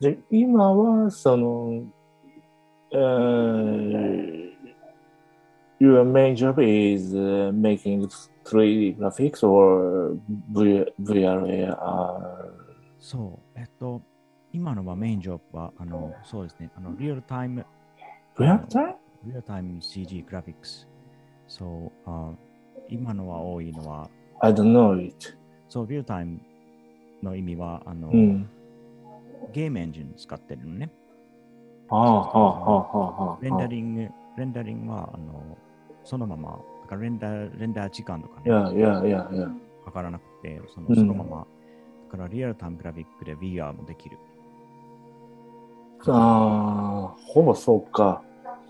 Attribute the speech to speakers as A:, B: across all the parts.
A: じゃ今は、その、uh, your main job is uh, making 3D graphics or V- VR, AR?
B: そう、えっと、今のはメインジョブは、あの、そうですね、あの、リアルタイム、
A: Real time?
B: リアルタイム CG グラフィックス。そう、あ今のは多いのは、
A: I don't know it.
B: そう、リアルタイムの意味は、あの、
A: うん。
B: ゲームエンジン使ってるのね。
A: はあはあはあはあは
B: レンダ
A: あ。
B: リング、レンダリングは、あの、そのまま、だからレンダレンダー時間とかね、
A: Yeah, yeah, yeah, yeah.
B: かからなくて、そ
A: うん
B: のそのまま、だからリアルタイムグラフィックで VR もできる。
A: ああ、Uh, ほぼそうか。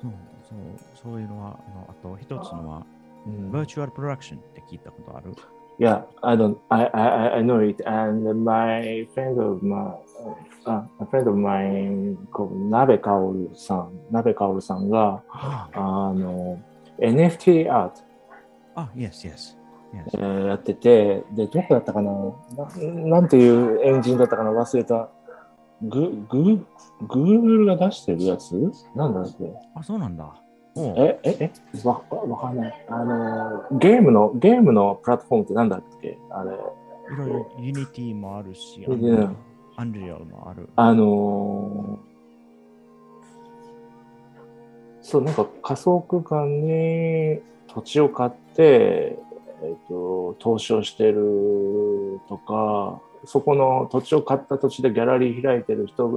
B: そう、そう、そういうのは、あのあと一つのは、
A: うん
B: バーチュアルプロダクションって聞いたことある
A: Yeah, I don't. I I I- I know it. And my friend of my, uh, a friend of mine, こう鍋かおるさん、鍋かおるさんが
B: あ、
A: あの NFT アート、
B: yes, yes.
A: え
B: yes.
A: ーやってて、でどこだったかな、ななんていうエンジンだったかな忘れた。グググーグルが出してるやつ？なんだっけ？
B: あ、そうなんだ。おう
A: えええわわかんない。あのゲームのゲームのプラットフォームってなんだっけ？あれ。
B: いろいろユニティもあるし、
A: いや
B: アンリアルもある。
A: あのーそう、なんか仮想空間に土地を買って、えっと、投資をしてるとか、そこの土地を買った土地でギャラリー開いてる人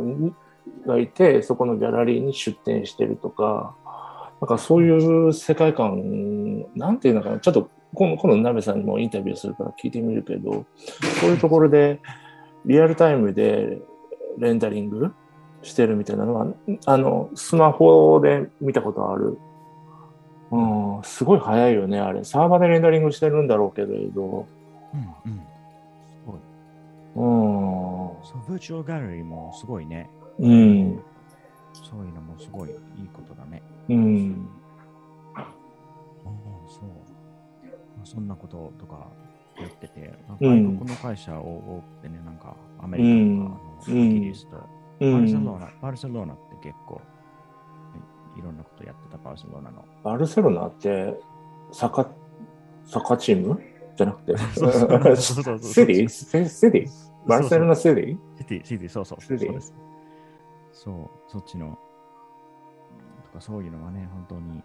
A: がいて、そこのギャラリーに出店してるとか、なんかそういう世界観、なんていうのかな、ちょっと今今度、なべさんにもインタビューするから聞いてみるけど、そういうところで、リアルタイムでレンダリングしてるみたいなのは、あの、スマホで見たことある。うん、すごい早いよね、あれ。サーバーでレンダリングしてるんだろうけれど。
B: うん、うん。すごい。
A: うん。
B: そう、バーチュアルギャラリーもすごいね。
A: うん。
B: そういうのもすごいいいことだね。
A: うん。
B: ああ、そう。まあそんなこととかやってて、なんか
A: う
B: 外
A: ん
B: 国の会社を多くてね、なんかアメリカとか、あ
A: うん
B: のイギリスと、
A: う
B: バルセロ
A: ん。
B: ナ、バルセロナって結構、いいろんなことやってたバルセロナの。
A: バルセロナって、サッカー、サッカーチームじゃなくて、
B: そうそうそうそう
A: シティシシティバルセロナシティ
B: シティ、シティ、そうそう。
A: シティ
B: そうですそう、そっちの、とかそういうのはね、本当に、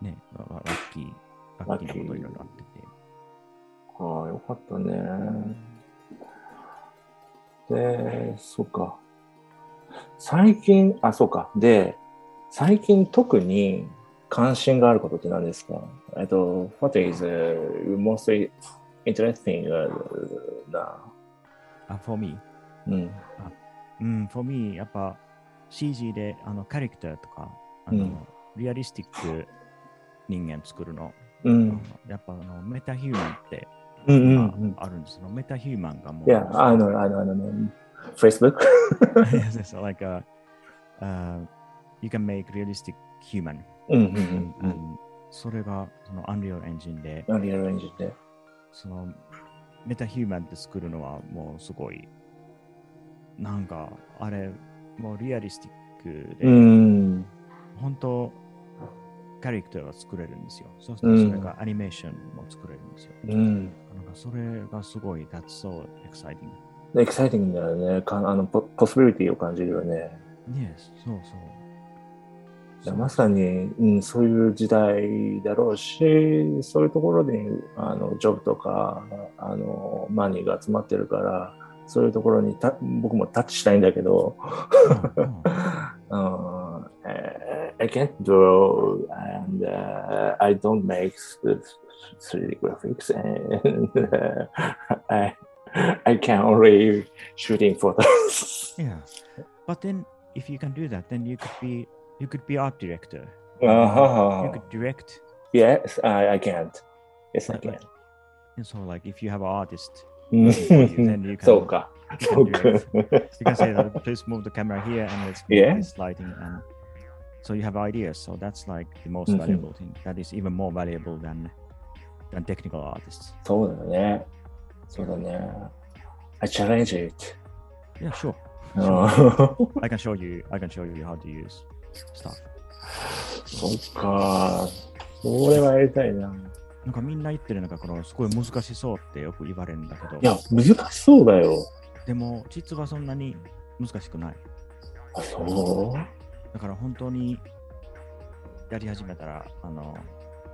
B: ね、ラララッキー、ラッキーなこといろいろあってて。
A: ああ、よかったね。で、そうか。最近、あ、そうか。で、最近特に関心があることって何ですかえっと、what is、uh, most interesting uh, な、
B: あ、for me、
A: うん、
B: うん、for me、やっぱ CG で、あの、キャラクターとか、あの、
A: うん
B: リアリスティック人間作るの、
A: う
B: あの
A: ん、
B: やっぱあの、メタヒューマンって、
A: うん、うん、
B: ま
A: うん。
B: ああるんですよ。メタヒューマンがもう。
A: いや、あの、あの、あの、Facebook?
B: yes, yes, like a, uh, you can make realistic human.
A: うん、うん、うん
B: And それがその Unreal Engine で、
A: うん。リアルエンジンで。
B: そのメタヒューマンって作るのはもうすごい、なんかあれ、もうリアリスティックで、
A: うん、
B: 本当、キャラクターが作れるんですよ。そうす
A: う
B: ると
A: ん
B: それがアニメーションも作れるんですよ。
A: うん。
B: なんかそれがすごい、that's so exciting.
A: エキサイティングだよね。かあのポ、ポスビリティを感じるよね。
B: Yes, そうそう。
A: いやまさに、うん、そういう時代だろうしそういうところにあのジョブとかあのマニーが集まってるからそういうところにた僕もタッチしたいんだけど、
B: うんうん
A: うんえー I can't draw and、I don't make 3D graphics and、I, I can only shooting photos
B: Yeah. But then if you can do that, then you could be you could be art director. You could direct
A: Yes, I, I can't. Yes, I
B: Right,
A: can.
B: right. and so like if you have an artist,
A: うん
B: then you can
A: そうか。
B: you
A: そ
B: can,
A: うか。
B: direct. you can say that please move the camera here and let's move
A: Yeah.
B: this lighting and so you have ideas. So that's like the most
A: Mhm.
B: valuable thing. That is even more valuable than than technical artists.
A: そうだね。そうだね。I challenge it.
B: Yeah, sure.
A: うん
B: I can show you, I can show you how to use stuff.
A: そっか。それはやりたいな。
B: なんかみんな言ってるのが、このすごい難しそうってよく言われるんだけど、
A: いや、難しそうだよ。
B: でも実はそんなに難しくない。
A: あ、そう
B: だから本当にやり始めたら、あの、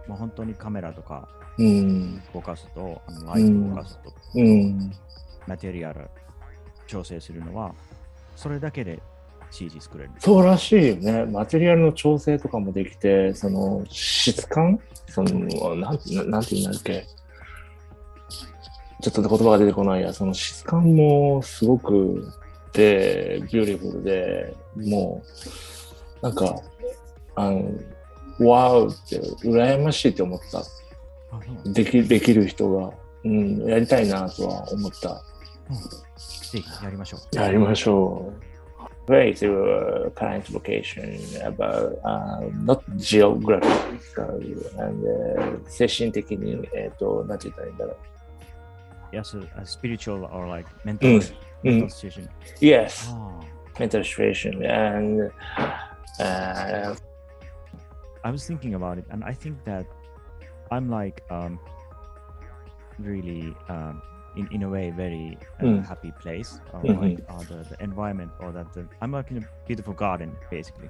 B: もう本当にカメラとか
A: うん。
B: 動かすと、あのライト動かすと、
A: うん。
B: マテリアル調整するのは、それだけで CG 作れる。
A: そうらしいよね。マテリアルの調整とかもできて、その質感そのなんななんて言うんだっけちょっと言葉が出てこないや、その質感もすごくで、ビューティフルで、もう、なんか、あの、わーって、羨ましいって思った。
B: あそうなんだ
A: できできる人が、うん、やりたいなとは思った。
B: ぜひやりましょう。
A: やりましょう。Great uh, current location about uh, not geographical and uh, 精神的にえっ、となんて言ったらいいんだろう。
B: Yes, a spiritual or like mental,
A: うん
B: mental situation.
A: Yes,
B: あ
A: mental situation and uh,
B: I was thinking about it, and I think that I'm like um, really, um, in, in a way, very uh,
A: Mm.
B: happy place, or
A: Mhm.
B: like uh, the, the environment, or that the, I'm like in a beautiful garden, basically.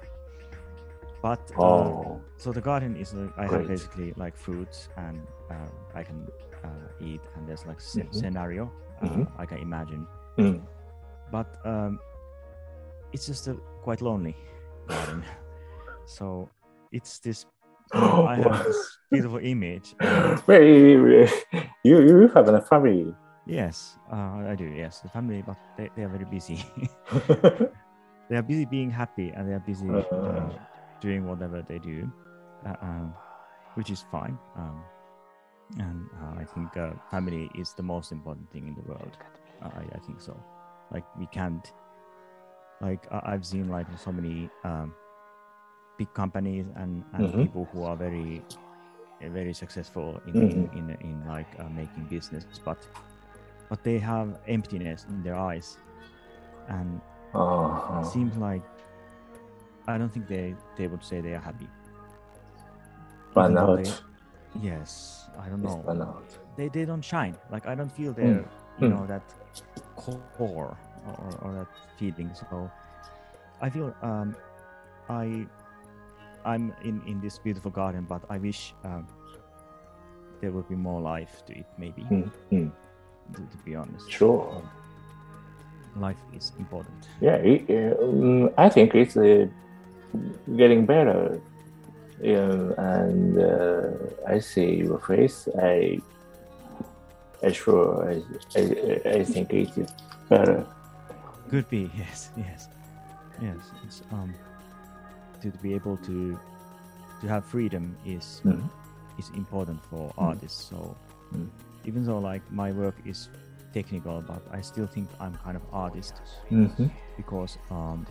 B: But uh,
A: oh
B: so the garden is uh, I
A: Great.
B: have basically like fruits, and uh, I can uh, eat, and there's like sce-
A: Mhm.
B: scenario uh,
A: Mhm.
B: I can imagine.
A: うん、
B: But um, it's just a quite lonely garden. so it's this Oh. I have this beautiful image. and-
A: wait, wait, wait. you you have a family.
B: yes, uh, I do. Yes, the family, but they, they are very busy. they are busy being happy and they are busy uh,
A: Uh.
B: doing whatever they do, uh, um, which is fine. Um, and uh, I think uh, family is the most important thing in the world. Uh, I, I think so. Like, we can't, like, I I've seen like so many um, big companies and, and
A: Mhm.
B: people who are very uh, very successful in
A: Mhm.
B: in, in, in like uh, making business but but they have emptiness in their eyes and
A: Ah,
B: it seems like i don't think they they would say they are happy
A: burn
B: even though
A: out.
B: they- yes Hmm. i don't
A: It's burn
B: know
A: out.
B: they, they don't shine like i don't feel
A: Mm.
B: their you
A: Mm.
B: know that core or, or, or that feeling so i feel um i i'm in in this beautiful garden but i wish um there would be more life to it maybe
A: Mm,
B: Hmm.
A: mm.
B: to, to be honest
A: Sure.
B: life is important
A: Yeah, it, uh, mm, I think it's uh, getting better. Yeah, and uh, I see your face. I, I sure. I, I, I think it is better.
B: could be yes yes yes it's um to be able to to have freedom is
A: Mhm.
B: is important for
A: Mhm.
B: artists so
A: Mhm.
B: even though like my work is technical but i still think i'm kind of artist
A: Mm-hmm.
B: because um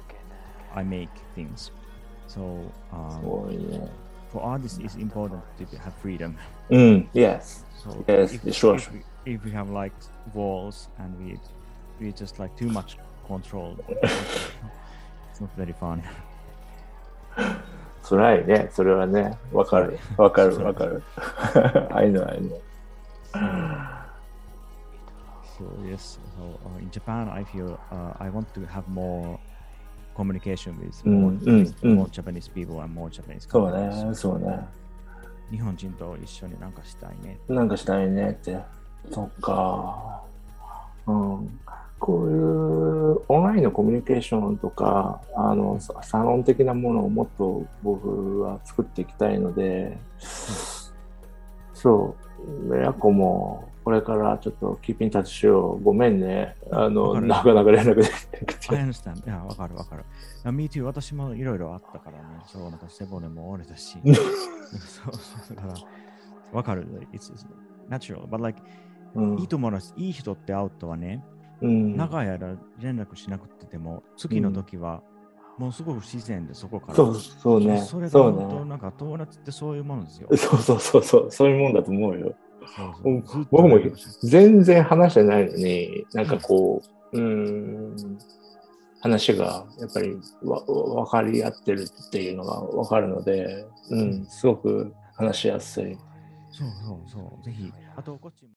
B: i make things so um,
A: Oh, yeah.
B: for artists it's important to have freedom
A: Mm, yes.
B: so
A: Yes,
B: if,
A: sure,
B: if,
A: sure.
B: we, if we have like walls and we we just like too much control, it's not very fun.
A: 辛いね。それはね。わかる。わかる。
B: そう
A: わかる。I know. I know.
B: So yes, so, uh, in Japan, I feel uh, I want to have more communication with
A: Mm,
B: more,
A: mm,
B: with
A: mm. uh,
B: more Japanese people and more Japanese
A: そう
B: companies.
A: ね。そうね。
B: 日本人と一緒になんかしたいね。
A: なんかしたいねって。そっか。うん。こういうオンラインのコミュニケーションとか、あの、ササロン的なものをもっと僕は作っていきたいので、そう、メラコもこれからちょっとキーピンタッチしよう。ごめんね。あの、
B: わかる
A: なかなか連絡できなく
B: I
A: て。
B: understand. いや、わかるわかる。あ Me too. 私もいろいろあったからね。そう、なんか背骨も折れたし。そうそうだから、わかる。It's, it's natural. But like,
A: うん
B: いい。と思います。いい人って会うとはね、
A: うん
B: 長い間連絡しなくてても、次の時は、もうすごく自然でそこから。
A: そうそうね。
B: それが
A: そう
B: 本当
A: ね。
B: なんか友達ってそういうものですよ。
A: そうそうそうそう、そういうもんだと思うよ。
B: そう
A: うん
B: ずっと
A: 僕も
B: 仲良し
A: 全然話してないのに、なんかこう、うーん、話がやっぱりわわ分かり合ってるっていうのが分かるので、うん、すごく話しやすい。
B: そうそうそう。ぜひ。あと、こっちも